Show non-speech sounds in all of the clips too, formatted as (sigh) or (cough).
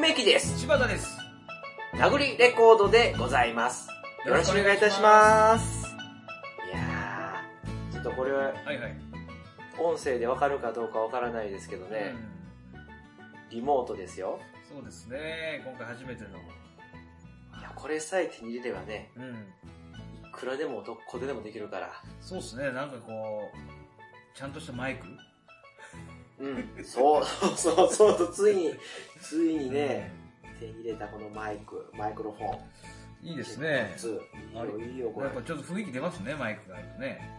べきです。柴田です。殴りレコードでございます。よろしくお願いいたします。いやー、ちょっとこれははいはい。音声でわかるかどうかわからないですけどね、リモートですよ。うんそうですね。今回初めての。いや、これさえ手に入れればね、うん。いくらでもどこででもできるから。そうですね。なんかこう、ちゃんとしたマイクうん、そう、そうそうそうと、ついに、ついにね、。手に入れたこのマイク、マイクロフォン。いいですね。ついいよ、いいよ、これ。やっうんぱ。ちょっと雰囲気出ますね、マイクがあるとね。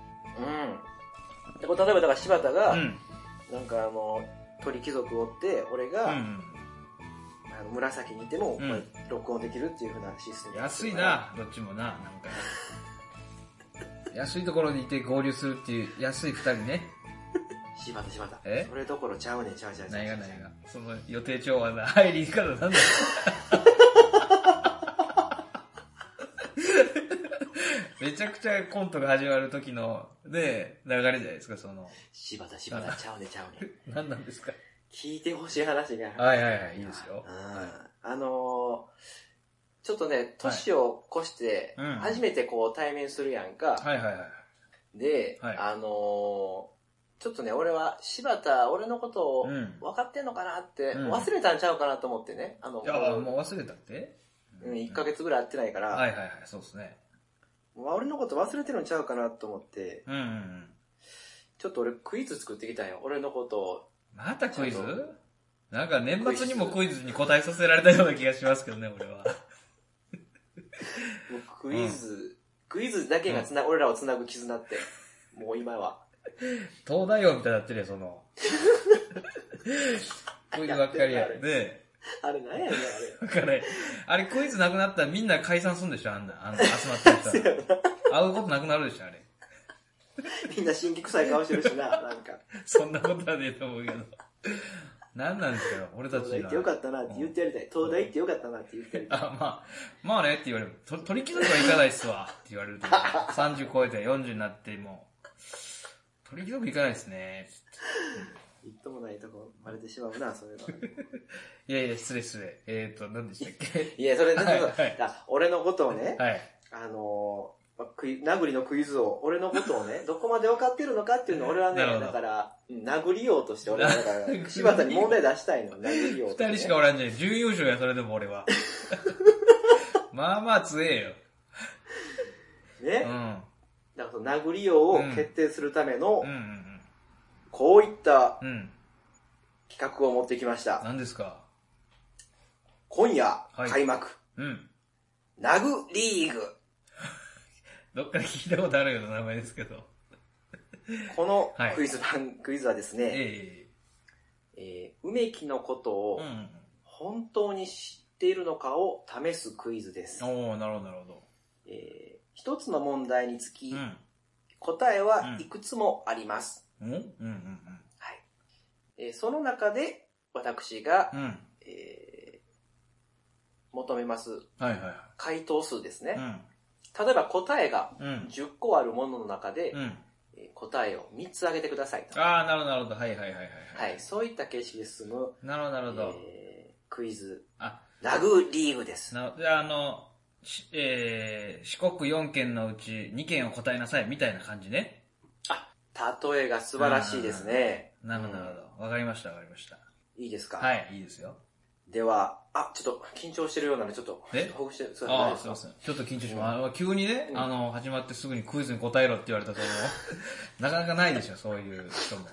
でこれ例えば、だから柴田うが、ん。なんかあの、鳥貴族を追って、俺が、うん。あの紫にいても、こうんれ録音できるっていう風なシステム。安い。な、どっちもな、なんか。安いところにいて合流するっていう、安い二人ね。柴田、柴田。えそれどころちゃうねん、ちゃうちゃうちゃう。ないがないが。その予定調和な入り方 (laughs) なんだよ。めちゃくちゃコントが始まる時の、で、流れじゃないですか、その。柴田、柴田、ちゃうねん、ちゃうねん。何なんですか聞いてほしい話が。はいはいはい、いいですよ。うんあのーちょっとね、年を越してはいうん、初めてこう対面するやんか。はいはいはい。で、はいあのーちょっとね、俺は柴田、俺のことをうん。分かってんのかなって、うん忘れたんちゃうかなと思ってね。あの、いや、もう忘れたってうん、1ヶ月ぐらい会ってないから、はいはいはい、そうですね。もう俺のこと忘れてるんちゃうかなと思って、うんうんうん。ちょっと俺クイズ作ってきたんよ。俺のことを。またクイちょっズなんか年末にもクイズに答えさせられたような気がしますけどね、俺は。もうクイズ、クイズだけがつな、俺らをつなぐ絆って、もう今 (laughs) は。東大王みたいになってるよ、(laughs) その。クイズばっかりやで、あれなんやねん、あれ。だから、あれクイズなくなったらみんな解散するんでしょ、あんな、あの、集 (laughs) まってる人ら。会うことなくなるでしょ、あれ。みんな新規臭い顔してるしな、なん (laughs) か。そんなことはねえと思うけど。なんなんですかよ、俺た東ち大行ってよが。かったなって言ってやりたい。東大行ってよかったなって言ってやりたい。あ、まあ、まあねって言われる。と取り貴族はいかないっすわ、って言われると思う。30超えて40になって、もう。取り貴族いかないっすね。一ともないとこバレてしまうな、そうい (laughs) うの。いやいや、失礼失礼。えーと、何でしたっけいや、それ、なんはいはかいだ俺のことをね、はい。あのー、まあクイ殴りのクイズを、俺のことを (laughs) ね、どこまで分かってるのかっていうのを俺はね、なるほどだから、うん殴りようとして、俺はだか殴 (laughs) りら、柴田に問題出したいの、殴りよう二と、ね。人しかおらんじゃん。準優勝や、それでも (laughs) 俺は。まあまあ強えよ。ね、うん。うんだからその殴りようを決定するための、うんこういったうん。うん。企画を持ってきました。何ですか今夜、はい開幕、うん。ナグリーグ。どっかで聞いたことあるような名前ですけど。このはいクイズ番、クイズはですね、ええー梅木のことえをうんうん。本当に知っているのかを試すクイズです。おー、なるほど、なるほど。えー一つの問題につき、うん。答えはいくつもあります。うんうんうんえーその中で私が、うん。うん。えー求めますはいはいは回答数ですねい。。例えば答えがうん。うん。 10個あるものの中で、うん。えー答えを3つ挙げてくださいと。あー、なるほど、なるほど。はいはいはいはい。はい、。そういった形式で進む、なるほど、なるほど。えークイズ、あ、ラグリーグです。なじゃあ、あの、しえー、四国4県のうち2県を答えなさい、みたいな感じね。例えが素晴らしいですね。なるほど、なるほど。わかりました、わかりました。いいですか、はい、いいですよ。では、あ、ちょっと緊張してるようなので、ちょっと、ちえょっとほぐして、そうあ大丈夫あ、ですすいかません。ちょっと緊張します。あ急にねう、んあの、始まってすぐにクイズに答えろって言われたと思 (laughs) う。なかなかないでしょ、そういう人も。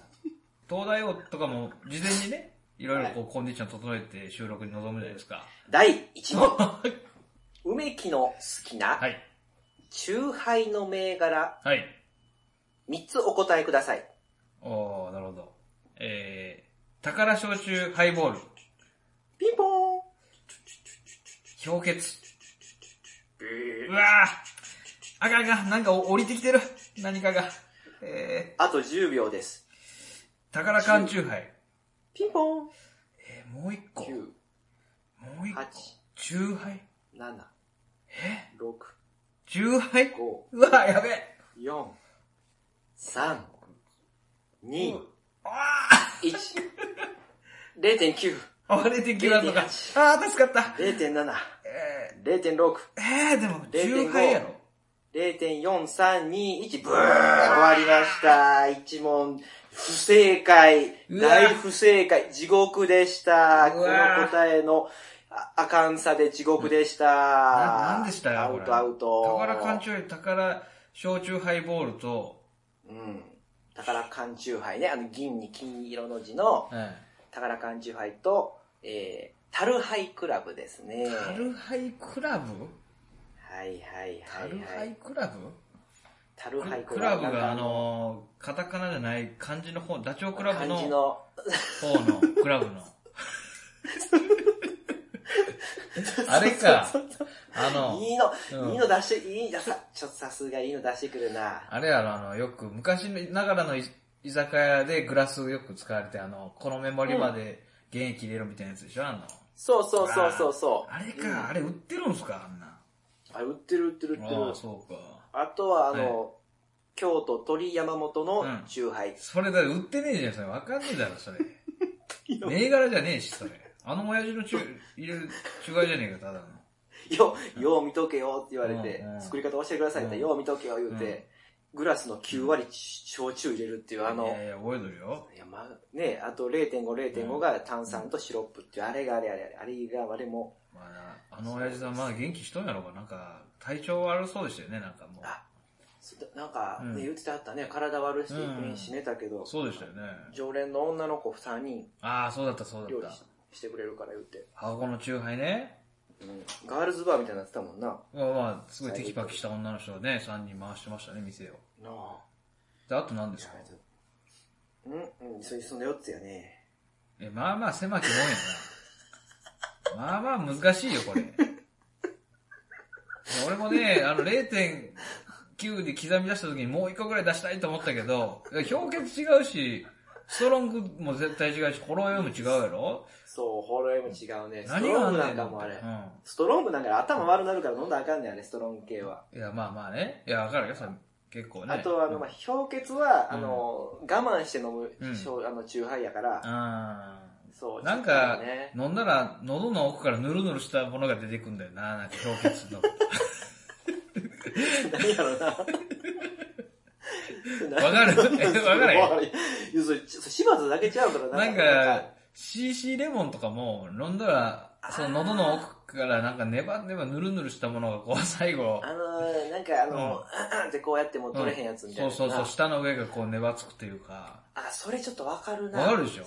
東大王とかも、事前にね、いろいろこう、コンディション整えて収録に臨むじゃないですか。第1問。 (laughs) 梅木の好きな、はい。チューハイの銘柄、はい。 3つお答えください。おー、なるほど。えー、宝消臭ハイボール、ピンポーン氷結。ビーうわーあかんあかん、なんか降りてきてる。何かが。えあと10秒です。ー、宝缶チューハイ。ピンポーンえー、もう一個。 !9、もう一個8。、十杯7、え6、十杯5、うわ、やべえ。 4、3、2、ああ1、0.9。あれできなとか。ああ、助かった。 0.7、え0.6、ー、えー、でも、 0.5 18やろ。 0.4321、ブー終わりました。一問、不正解。うわ大不正解。地獄でした。うこのわ答えのああかんさで地獄でした。ななんでしたよアこウれトアウト。宝缶中宝焼酎ハイボールと、うん。宝缶中杯ね。あの、銀に金色の字のえ宝缶中杯と、えー、タルハイクラブですね。タルハイクラブはいはいタはいルハはイい。クラブタルハイクラブなんかがあのー、カタカナじゃない漢字の方、ダチョウクラブ漢字のの、方のクラブ (laughs) の。あれか、あの、いいの、うんいいの出して、いいのさ、ちょっとさすがいいの出してくるな。あれやろ、あの、よく昔ながらのい居酒屋でグラスよく使われて、あの、このメモリまで原液入れるみたいなやつでしょ、あの。そうそうそうそうそう。あれか、うんあれ売ってるんすか、あんな。あれ売ってる売ってる売ってあるあ、。そうか。あとは、あの、は京都鳥山本のうん中杯。それだ、売ってねえじゃん、それ。わかんねえだろ、 (laughs) それ。銘柄じゃねえし、それ。あの親父の中、入れる、中華じゃねえか、ただの。よ、よう見とけよって言われて、うんうん作り方教えてくださいって、うんよう見とけよ言うて、グラスの9割焼酎入れるっていう、あの、いやいや、覚えとるよ。いやまあ、ね、あと0.5、0.5が炭酸とシロップっていう、あれがあれあれあれ、あれがあれも、まあな、あの親父さん、まだ元気しとんやろうか。なんか、体調悪そうでしたよね、なんかもう。あ、そなんかね、うん言ってあったね、体悪いし、うん死ねたけど、そうでしたよね。常連の女の子3人ああ、そうだった、そう料だ理ったし。してくれるから言って。箱のチューハイね。うんガールズバーみたいになってたもんな。なまあまあ、すごいテキパキした女の人がね、3人回してましたね、店を。あ。で、あと何ですかうんうん、それその4つやね。え、まあまあ狭きもんやな。まあまあ難しいよ、これ。いや俺もね、あの0.9で刻み出した時にもう一個ぐらい出したいと思ったけど、いや氷結違うし、ストロングも絶対違うし、コロヨも違うやろそう、ホロエム違うね。スト何ロがあンんグねなんんのかもあれ。うストロングなんか頭悪なるから飲んだらあかんねん、あれ、ストロング系は。ん。いや、まあまあね。いや、わかるよ、それ結構ね。あと、あの、まあ、氷結は、うんあの、我慢して飲む、うんしょうあの、チューハイやから、あーそう。なんちょっかとね、飲んだら、喉の奥からヌルヌルしたものが出てくんだよな、なんか氷 (laughs) 結の。何やろうな。わわかる (laughs) わかるいや、それ、ちょそれ島津だけちゃうからなんか、CC レモンとかも飲んだら、その喉の奥からなんかネバネバぬるぬるしたものがこう (laughs) 最後、あのー、なんかあの、でこうやっても取れへんやつみたいな。そうそうそう、舌の上がこうネバつくというか、あ、それちょっとわかるな。わかるでしょ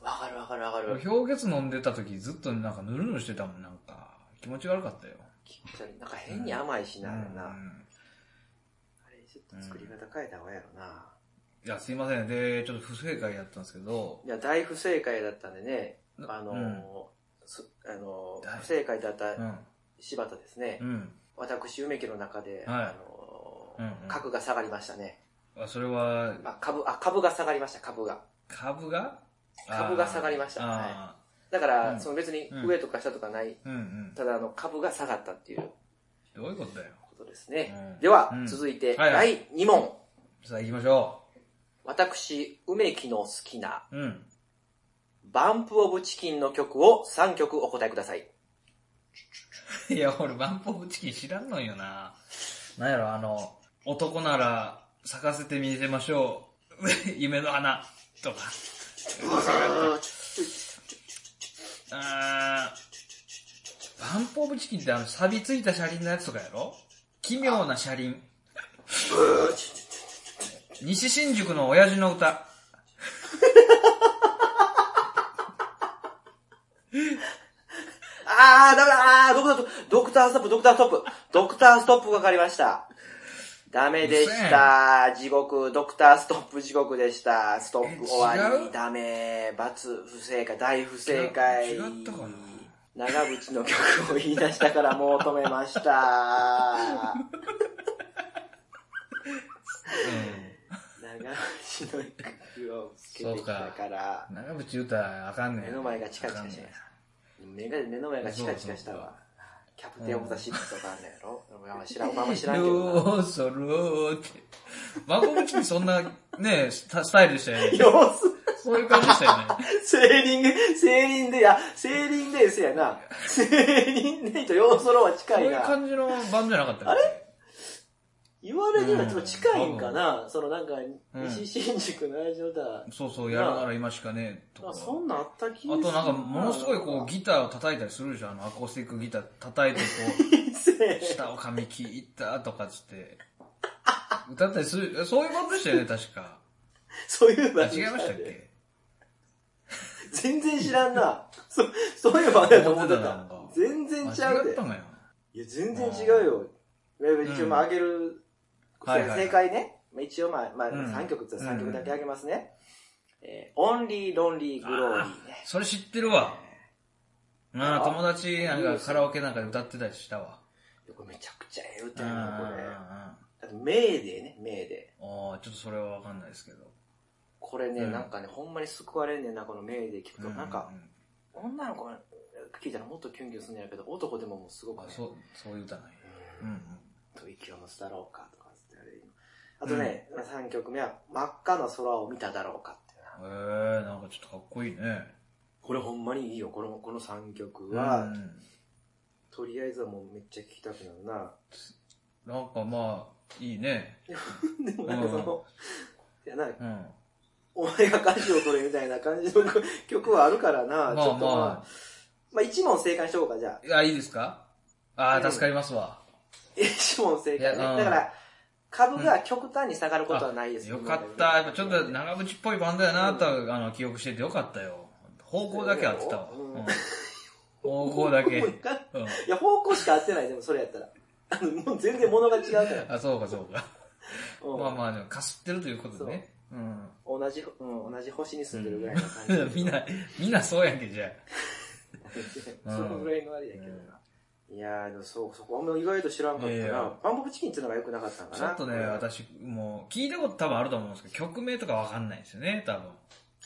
わかるわかるわかる。氷結飲んでた時ずっとなんかぬるぬるしてたもん、なんか、気持ち悪かったよ。気持ち悪いなんか変に甘いしな、あれな。うあんれ、ちょっと作り方変えた方がやろな。いや、すいません。で、ちょっと不正解やったんですけど、いや、大不正解だったんでね、なあのうんー、そあのー大不正解だったうん。柴田ですねう、ん。私、梅木の中で、はいあうんのーうん株が下がりましたね。あそれは、あ、株、あ、株が下がりました、株が。株が株が下がりましたあだから、うんその別にうん上とか下とかない、ーうんうん。ただ、あの、株が下がったっていうどういうことだよ。ことですね。うんでは、うん続いて、はいは第2問。さあ行きましょ私、梅木の好きな、う。うん。 (laughs) バンプオブチキンの曲を3曲お答えください。いや、俺、バンポーブチキン知らんのんよな。なんやろ、あの、男なら咲かせてみせましょう。 (laughs) 夢の花とか。あーバンポーブチキンってあの、錆びついた車輪のやつとかやろ奇妙な車輪。西新宿の親父の歌。あー、ダメだあー、ドクターストップ、ドクターストップ、ドクターストップ、ドクターストップがかかりました。ダメでした。地獄、ドクターストップ地獄でした。ストップえ終わ違り、うダメ、罰、不正解、大不正解。違ったかな長渕の曲を言い出したからもう止めま (laughs) した。長渕の曲をつけてきたからう、ん。長渕歌あかんねん。目の前がチカチカしてるあかんね目んが、目の前がチカチカしたそうそうわ。キャプテンオブザシップとかあんねやろ俺は知らん、お前も知らんけど (laughs) な。ローソローって。バンポーブチキンそんな、ね、スタスタイルでしたよね。様子そういう感じでしたよね。セーリング、セーリンで、や、セーリンデイせやな。セーリンデイとヨーソロはそ近ういいうな。感じの版じゃなかったあれ言われてるのはちょっと近いんかな。そのなんか、うん西新宿の愛情だ。そうそう、やるなら今しかねえとか。あ、そんなんあった気あとなんか、ものすごいこう、ギターを叩いたりするじゃん。あのアコースティックギター叩いてこう、せう、下を噛み切ったとかっつって、歌ったりする、そういうことでしたよね、確か。そう (laughs) いうあバンド違いましたっ (laughs) け全然知らんな。そ、そういうバンドやと思って思ってたたなんか。全然間ちゃう違っでた。のよ。いや、全然違うよ。まあ一応、うんまあ、あげる、はいはいはい正解ね。まあ一応、まあ、まあ、うん3曲って3曲だけあげますね。えー、オンリー、ロンリー、グローリーね。それ知ってるわ。うん、あ友達なんかカラオケなんかで歌ってたりしたわ。これめちゃくちゃええう歌んうやんうんな、こうれ。ん。あと、メーデーね、メーデー。ああ、ちょっとそれはわかんないですけど。これね、うんなんかね、ほんまに救われんねんな、このメーデー聞くと。なんかう、う女の子が聞いたらもっとキュンキュンするんやけど、男でももうすごうんくあね、そう、そういう歌なんや。うんうん。と息を乗せたろうかとかつってあれあとね、3曲目は真っ赤な空を見ただろうかっていうな。ええなんかちょっとかっこいいね。これほんまにいいよ、この、この3曲うん。は、なんとりあえずはもうめっちゃ聴きたくなる (laughs) な。かまあ、いいね。でもなんかその、いやなんか、うん。お前が歌詞を取れみたいな感じの曲はあるからな、まちょあっとまあ、ままあ一問正解にしとこうか、じゃあ。 (laughs) あ、いや、いいですかあうあ、ん助かりますわ。一問正解ね。いやうんだから、株が極端に下がることはないです、よかった。やっぱちょっと長渕っぽいバンドやなとは、あの、記憶しててよかったよ。方向だけ合ってたわ。うんうん方向だけ。もううん一。回 (laughs) いや、方向しか合ってない、でもそれやったら。あの、もう全然物が違うから。あ、そうかそうか。うん (laughs) まあまあ、でもかすってるということでね。うん。同じ、うん、同じ星に住んでるぐらいの感じ。みんな、 (laughs) みんなそうやんけ、じゃ (laughs) うんそのぐらいのあれやけどな。いやー、でもそう、そこあんま意外と知らんかったいやいなや。バンコクチキンっていうのが良くなかったんあ。かちな。ょっとね、あ、私、もう、聞いたこと多分あると思うんですけど、曲名とかわかんないですよね、多分。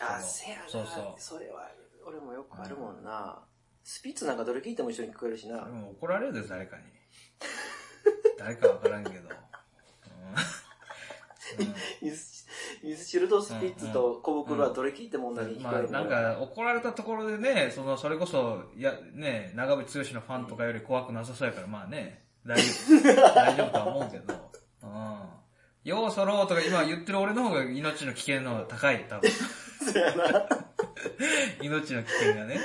あ、せやな。そそうそうれは、俺もよくあるもんな。スピッツなんかどれ聞いても一緒に聞こえるしなで。も怒られるで、誰かに。誰かわからんけど。う (laughs) んうんミスミスチルとスピッツと小袋はどれ聞いても同じに聞まこえあ、るもなんんな。か、怒られたところでね、その、それこそ、いや、ね、長渕剛のファンとかより怖くなさそうやから、まあね、大丈 (laughs) 夫、大丈夫とは思うけど、うん。ようそろうとか今言ってる俺の方が命の危険の方が高い、多分。せやな。命の危険がね。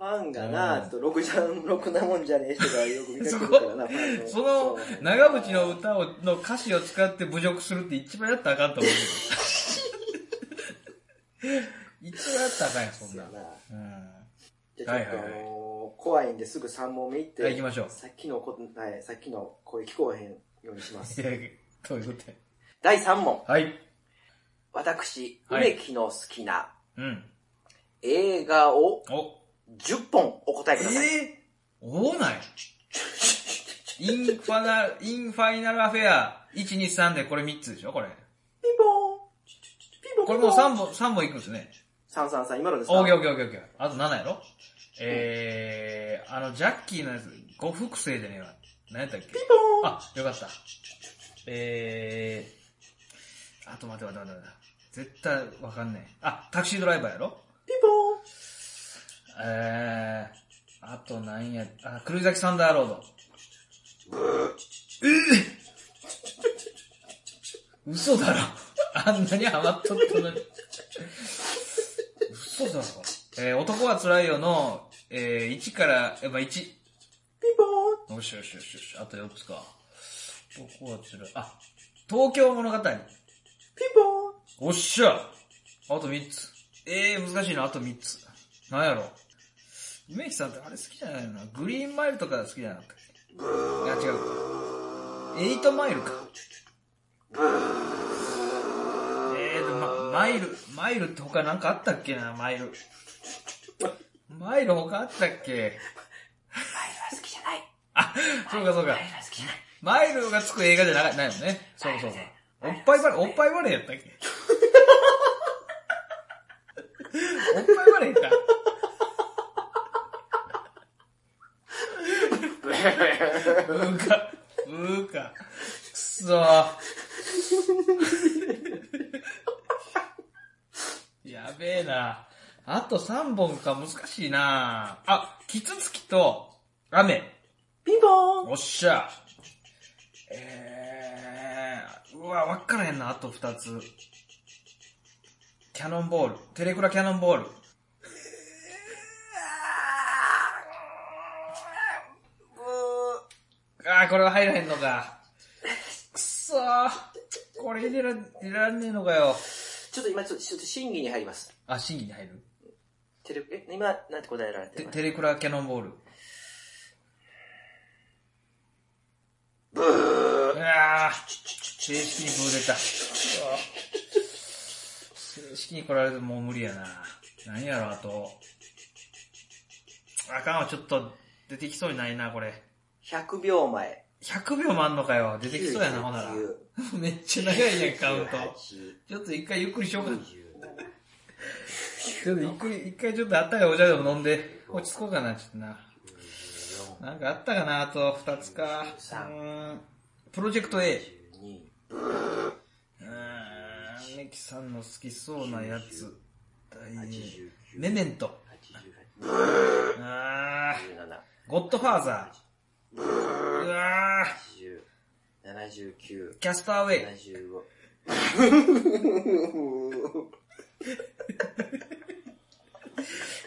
ファンがな、ちょっとろくじゃん、ろくなもんじゃねえ人がよく見かけるからな、(laughs) ファンうのん。その、長渕の歌を、の歌詞を使って侮辱するって一番やったらあかんと思う (laughs) けど。一番やったらあかんや、そんそうなや。なうん。じゃあちょっとあのはいはいー怖いんですぐ3問目いって、はい行きましょうさっきのこ、はい、さっきの声聞こえへんようにします。いやどういうことや第3問。はい。私、はい梅木の好きなうん。映画をお。 10本お答えください。えぇ、おない。インファナ、インファイナルアフェア、1、2、3でこれ3つでしょこれ。ピンポーンピンポンこれもう3本、三本いくんですね。三三三今のですオーかケーオーケーオーケーオーケー。あと7やろえー、あの、ジャッキーのやつ、五複製でねえわ。何やったっけあ、よかった。えー、あと待て待て待て待て。絶対わかんねえ。あ、タクシードライバーやろピンポーンえー、あとなんや、あ、黒崎サンダーロード。えー、嘘だろ。あんなにハマっとったのに。嘘だろ。えー、男は辛いよの、えー、1から、え、まあ、1。ピンポーンよしよしよしよし。あと4つか。男は辛い。あ、東京物語。ピンポーンおっしゃあと3つ。えー、難しいな、あと3つ。なんやろ。梅木さんってあれ好きじゃないのグリーンマイルとか好きじゃなかったっけいや、違う。エイトマイルか。えーと、ま、マイル、マイルって他なんかあったっけな、マイル。マイル他あったっけマイルは好きじゃない。あ、そうかそうマかイ。ルは好きじゃない。マイルがつく映画じゃなかないのね。そうそうそう。おっぱいバレー、おっぱいバレーやったっけおっぱいバレーか。ブーか。ブーか。くそー。やべと3本か難しいなあ、キツツキと雨。ピンポーンおっしゃ。えー、うわ、わっからへんな、あと2つ。キャノンボール。テレクラキャノンボール。あー、これは入らへんのか。くそー。これ入れら入れらんねえのかよ。ちょっと今ちょっと、ちょっと審議に入ります。あ、審議に入るテレ、え、今、なんて答えられてテますテレクラキャノンボール。ブーうわぁ、正式にブー出た。正式に来られてもう無理やな。何やろ、あと。あかんわ、ちょっと出てきそうにないな、これ。 100秒前。 100秒もあんのかよ。出てきそうやな、ほんなら。 (laughs) めっちゃ長いやん、カウント。ちょっと一回ゆっくりしようか。ちょっとゆっくり、一回ちょっとあったかいお茶でも飲んで、落ち着こうかな、ちょっとな。なんかあったかな、あと二つか。うーん。プロジェクト A。うーん、ネキさんの好きそうなやつ。大事メメント。あー、ゴッドファーザー。うわー、キャスターウェイ。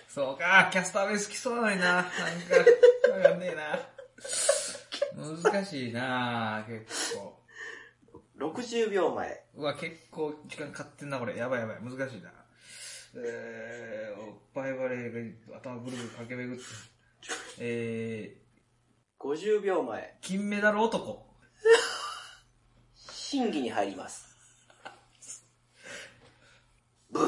そうか、キャスターウェイ好きそうなのにな。なんか、わかんねえ (laughs) な。難しいな結構。 60秒前。うわ、結構時間かかってんな、これ。やばいやばい、難しいな。えー、おっぱいバレーが頭ぐるぐる駆け巡って。え50秒前ー、。金メダル男。審議に入ります。小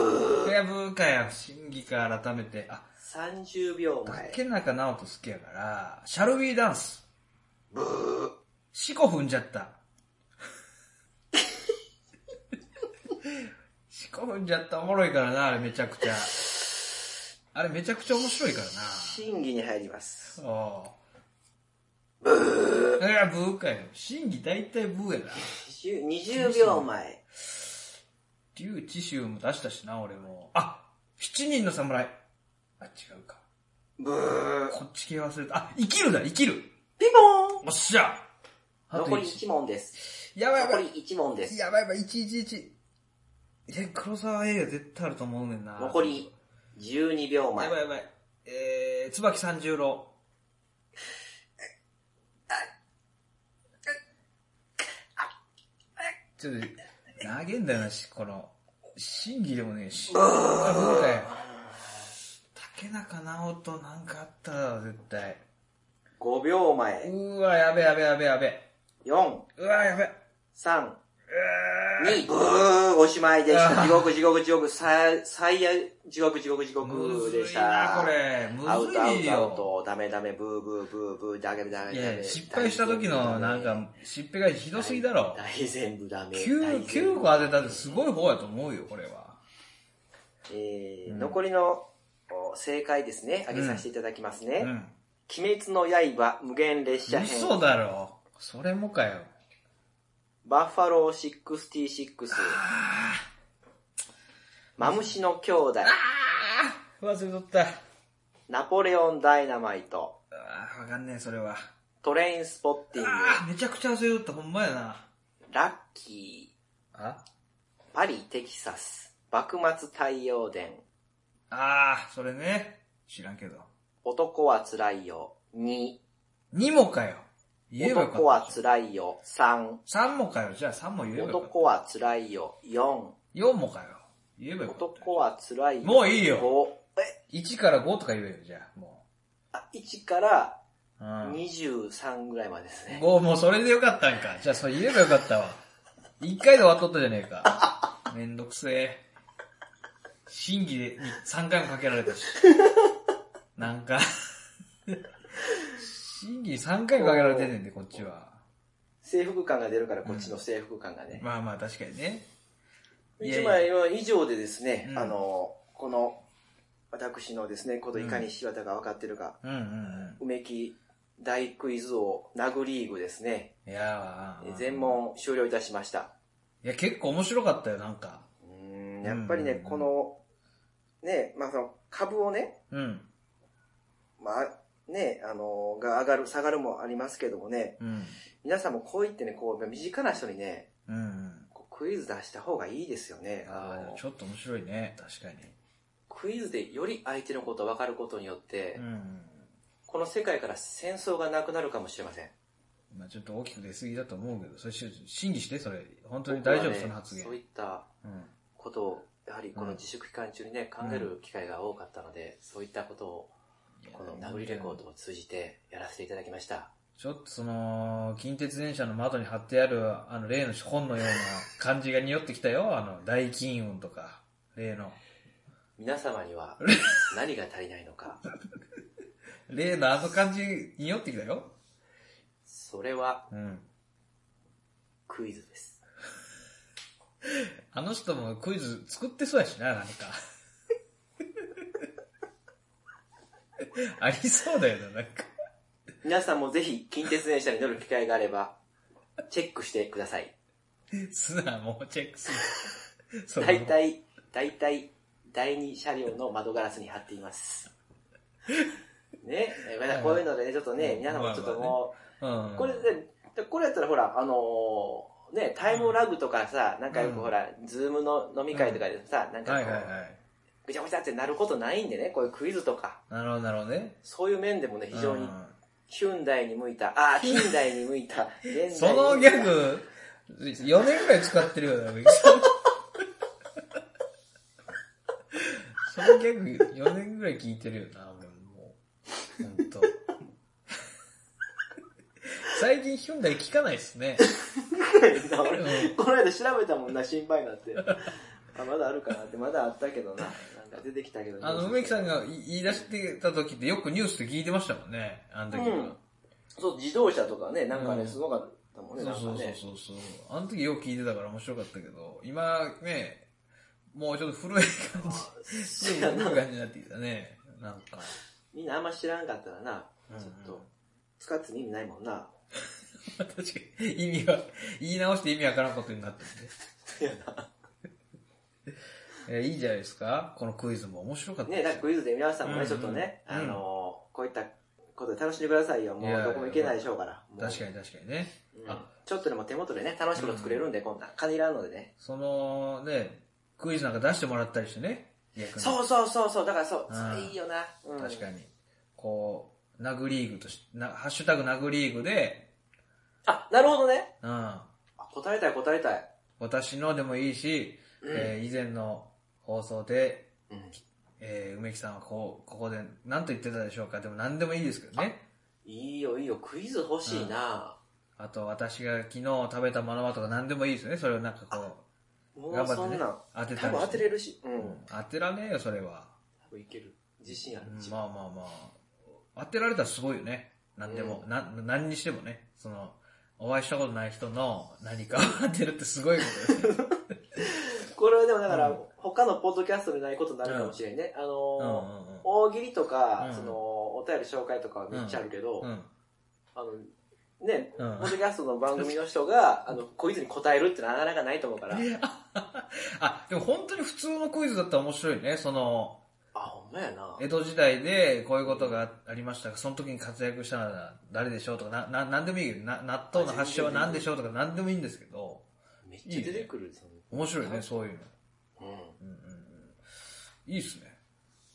籔かや、審議か改めて。あ、 30秒前。竹中直人好きやから、シャルウィーダンス。四股踏んじゃった。四股踏んじゃったおもろいからな、あれめちゃくちゃ。あれめちゃくちゃ面白いからな。審議に入ります。そう。ブー。いや、ブーかよ。審議大体ブーやな。 20秒前。竜知州も出したしな、俺も。あ七人の侍。あ、違うか。ブー。こっち系忘れた。あ、生きるだ、生きる。ピンポーンおっしゃあと残り一1問です。やばいや残ばり1問ですい。。やばいやばい、111。え、黒沢映画絶対あると思うねんな。残り12秒前やば。いやばい。えー、椿三十郎。ちょっと、投げんだよな、し、この、審議でもねえし。あ、そうだよ。竹中直人なんかあったら絶対。 5秒前。うーわ、やべやべやべやべ。 4、うわ、やべ。う3、ー2、ブー、おしまいでした。あー地獄、地獄、地獄、最、最悪、地獄、地獄、地む獄ずでしいな、た。これ。むアウト、アウずいト、アウよ。ト、ダメ、ダメ、ブー、ブー、ブー、ブー、ダメ、ダメ、いダやメ。失敗した時の、なんか、失敗がひどすぎだろ。大全部ダメ。 9、9個当てたってすごい方やと思うよ、これは。えーうん残りのお正解ですね。あげさせていただきますね。うん。鬼滅の刃、無限列車編。嘘だろ。それもかよ。バッファロー66。マムシの兄弟。あ忘れとった。あナポレオンダイナマイト。ーわかんねえ、それは。トレインスポッティング。あーめちゃくちゃ忘れとった、ほんまやな。ラッキあー。パリ、テキサス。幕末太陽伝。あーそれね。知らんけど。男は辛いよ。2。 2もかよ。言えばよ男かはっ辛いよ。3。た。3もかよ。じゃあ3も言えばよかっ男は辛いよ。4。た。4もかよ。言えばよかった。男は辛いよ。もういいよ5。え1から5とか言えよ、じゃあ、もあ、1からう。うん。 23ぐらいまでですね。もう、もうそれでよかったんか。じゃあ、それ言えばよかったわ。一回で終わっとったじゃね (laughs) えか。めんどくせえ。審議で3回もかけられたし。なんか。審議3回もかけられてんねんで、こっちは。制服感が出るから、こっちの制服感がね。まあまあ、確かにね。いや一いや枚は以上でですね、うんあの、この、私のですね、こといかに柴田が分かってるか、うんうんう梅木大クイズ王ナグリーグですね、ん。いやー全。問終了いたしました。いや、結構面白かったよ、なんか。うーんやっぱりね、うんこの、ね、まあその株をね、うん。まあね、あの、が上がる、下がるもありますけどもね、うん。皆さんもこう言ってね、こう、身近な人にね、うん。こうクイズ出した方がいいですよね。あああの、ちょっと面白いね。確かに。クイズでより相手のことを分かることによって、うん。この世界から戦争がなくなるかもしれません。まあちょっと大きく出過ぎだと思うけど、それし審議して、それ。本当に大丈夫、僕はねその発言。そういったうん。ことを、やはりこの自粛期間中にね、考える機会が多かったので、そういったことを、この殴りレコードを通じてやらせていただきました。ちょっとその、近鉄電車の窓に貼ってある、あの、例の本のような感じが匂ってきたよ。あの、大金運とか、例の。皆様に (laughs) は何が足りないのか、例のあの感じ、匂ってきたよ。それはうん。クイズです。あの人もクイズ作ってそうやしな、何か。 (laughs) ありそうだよな、なんか。 (laughs) 皆さんもぜひ近鉄電車に乗る機会があれば、チェックしてください。素直もうチェックする。そう大体、大体、第二車両の窓ガラスに貼っています。ね、えまたこういうのでね、ちょっとね、皆さんもちょっともうんう、。これで、でこれやったらほら、あのーね、タイムラグとかさ、なんかよくほら、ズームの飲み会とかでさ、なんかはいこ、はいうはい。ぐちゃぐちゃってなることないんでね、こういうクイズとか、なるほど、なるほどね。そういう面でもね、非常うに、ん近代に向いた、ああ、近代に向いた、現代に向いたそのギャグ、4年くらい使ってるよな、ミキさん (laughs) そのギャグ、4年くらい聞いてるよな、俺もう。ほんと。最近ヒュンダイ聞かないっすね。 (laughs) 俺うんこの間調べたもんな、心配になって。あ、まだあるかなって、まだあったけどな。なんか出てきたけど。あの、梅木さんが言い言い出してた時ってよくニュースで聞いてましたもんね、あの時は。うんそう、自動車とかね、なんかうね、んすごかったもんね、そなうんそかうそうね。そうそう。あの時よく聞いてたから面白かったけど、今ね、もうちょっと古い感じ。そうやそういうな。感じになってきたね。なんか。みんなあんま (laughs) 知らんかったらな、うんうんちょっと、使っても意味ないもんな。確かに、意味は、言い直して意味わからんことになってるね。そうやな。えーいいじゃないですかこのクイズも面白かったね、だからクイズで皆さんもうんうね、んちょっとね、うんあのー、こういったことで楽しんでくださいよ。もいやうどこも行けないでしょうから。もう確かに確かにね。うんあちょっとでも手元でね、楽しいこと作れるんで、こんな金いらんのでね。その、ね、クイズなんか出してもらったりしてね。逆に。そうそうそうそう、だからそう、うんそれいいよな。うん確かに。こう、ナグリーグとし、な、ハッシュタグナグリーグで、あ、なるほどね。うん。あ答えたい答えたい。私のでもいいし、うんえー以前の放送で、うんえー梅木さんはこう、ここで何と言ってたでしょうかでも何でもいいですけどね。いいよいいよ、クイズ欲しいな。あと私が昨日食べたものはとか何でもいいですよね。それをなんかこもうう、頑そ張っんてねなん、。当てた多り分当してれるし。うん。うん当てらねえよ、それは。多分いける。自信ある。まあまあまあ。当てられたらすごいよね。何でも、うな、何にしてもね。その、お会いしたことない人の何かを当てるってすごいこと (laughs) ですよ。これはでもだから、うん他のポッドキャストでないことになるかもしれんね。あうんうんのー大喜利とか、うんその、お便り紹介とかはめっちゃあるけど、うん。うん。あの、ね、うんポッドキャストの番組の人が、あの、クイズに答えるってなかなかないと思うから。 (laughs) あ、でも本当に普通のクイズだったら面白いね。その、あ、ほんまやな。江戸時代でこういうことがありましたが、その時に活躍したのは誰でしょうとか、な、な、なんでもいいけど、な、納豆の発祥は何でしょうとか、なんでもいいんですけど、めっちゃ出てくる。その面白いね、そういうの。うん。うんうんうん。いいっすね。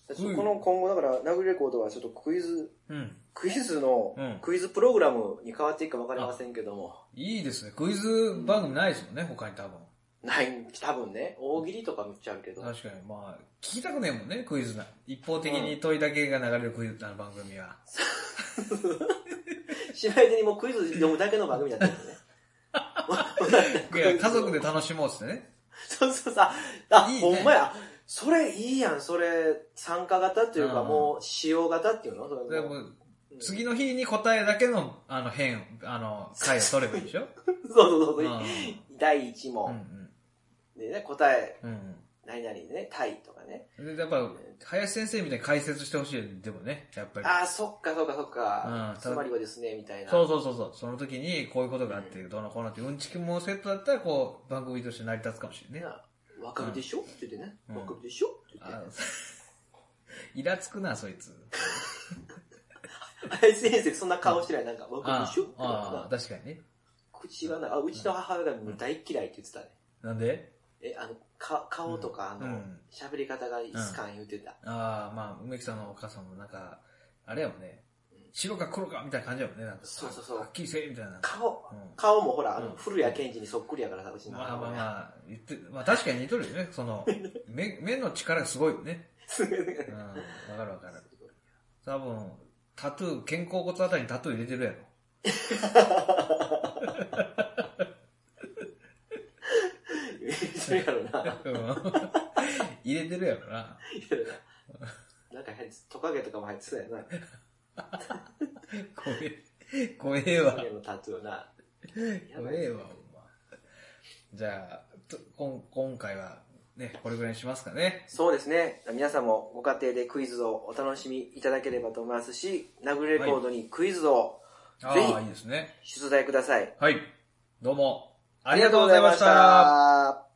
でそこの今後だから、ラグレコードはちょっとクイズ、うん。クイズの、うんクイズプログラムに変わっていくか分かりませんけども、いいですね。クイズ番組ないですもんね、他に多分。ない、多分ね、大喜利とかめっちゃあるけど、確かに。まあ、聞きたくねえもんね、クイズな。一方的に問いだけが流れるクイズの番組は。しまいでにもうクイズ読むだけの番組だったよね。(laughs) (laughs) いや、家族で楽しもうっすね。そうそうさ、あ、いいねほんまや。それいいやん、それ、参加型っていうか、うんもう、使用型っていうのそれでももう、うん次の日に答えだけの、あの、編、あの、回を取ればいいで (laughs) しょ。そうそうそううんうそう、ん第1う問、ん。でね、答え、うん何々でね、タイとかね。うん。で、やっぱ、林先生みたいに解説してほしいよねでもね、やっぱり。ああ、そっかそっかそっかう、んつまりはですね、みたいな。そうそうそうそう。その時に、こういうことがあって、どうのこうのって、うんちきもセットだったら、こう、番組として成り立つかもしれないね。わかるでしょって言ってね。うんわかるでしょって言っあて。 (laughs) イラつくな、そいつ。あい先生、そんな顔してない。なんか、僕、あシュッあああ、と確かにね。口がない。あ、うちの母親が大嫌いって言ってたね。なんでえ、あの、か顔とか、あうのん、喋り方がいつかん言ってた。ああ、まあ、梅木さんのお母さんもなんか、あれやもんねうん。白か黒かみたいな感じやもんね。なんか、そうそうそうはっきりせえみたいな。顔、うん顔もほら、あうの、ん古谷健二にそっくりやからさ、うちのまあ母まあ親。まあ、言って、まあ確かに似とるよね。(laughs) その、目、目の力がすごいよね。すごいうん。わかるわかる。多分、タトゥー、肩甲骨あたりにタトゥー入れてるやろ。それやろな。うん (laughs) 入れてるやろな。なんか変です、トカゲとかも入ってそうやな。怖え、怖えわトカ。ゲのタトゥーな。や怖ばいえわ、ほんま。じゃあ、とこん今回は、ね、これぐらいにしますかね。そうですね。皆さんもご家庭でクイズをお楽しみいただければと思いますし、ナグレコードにクイズをあぜひあ、いいですね。出題ください。はい。どうも、あありがとうございました。りがとうございました。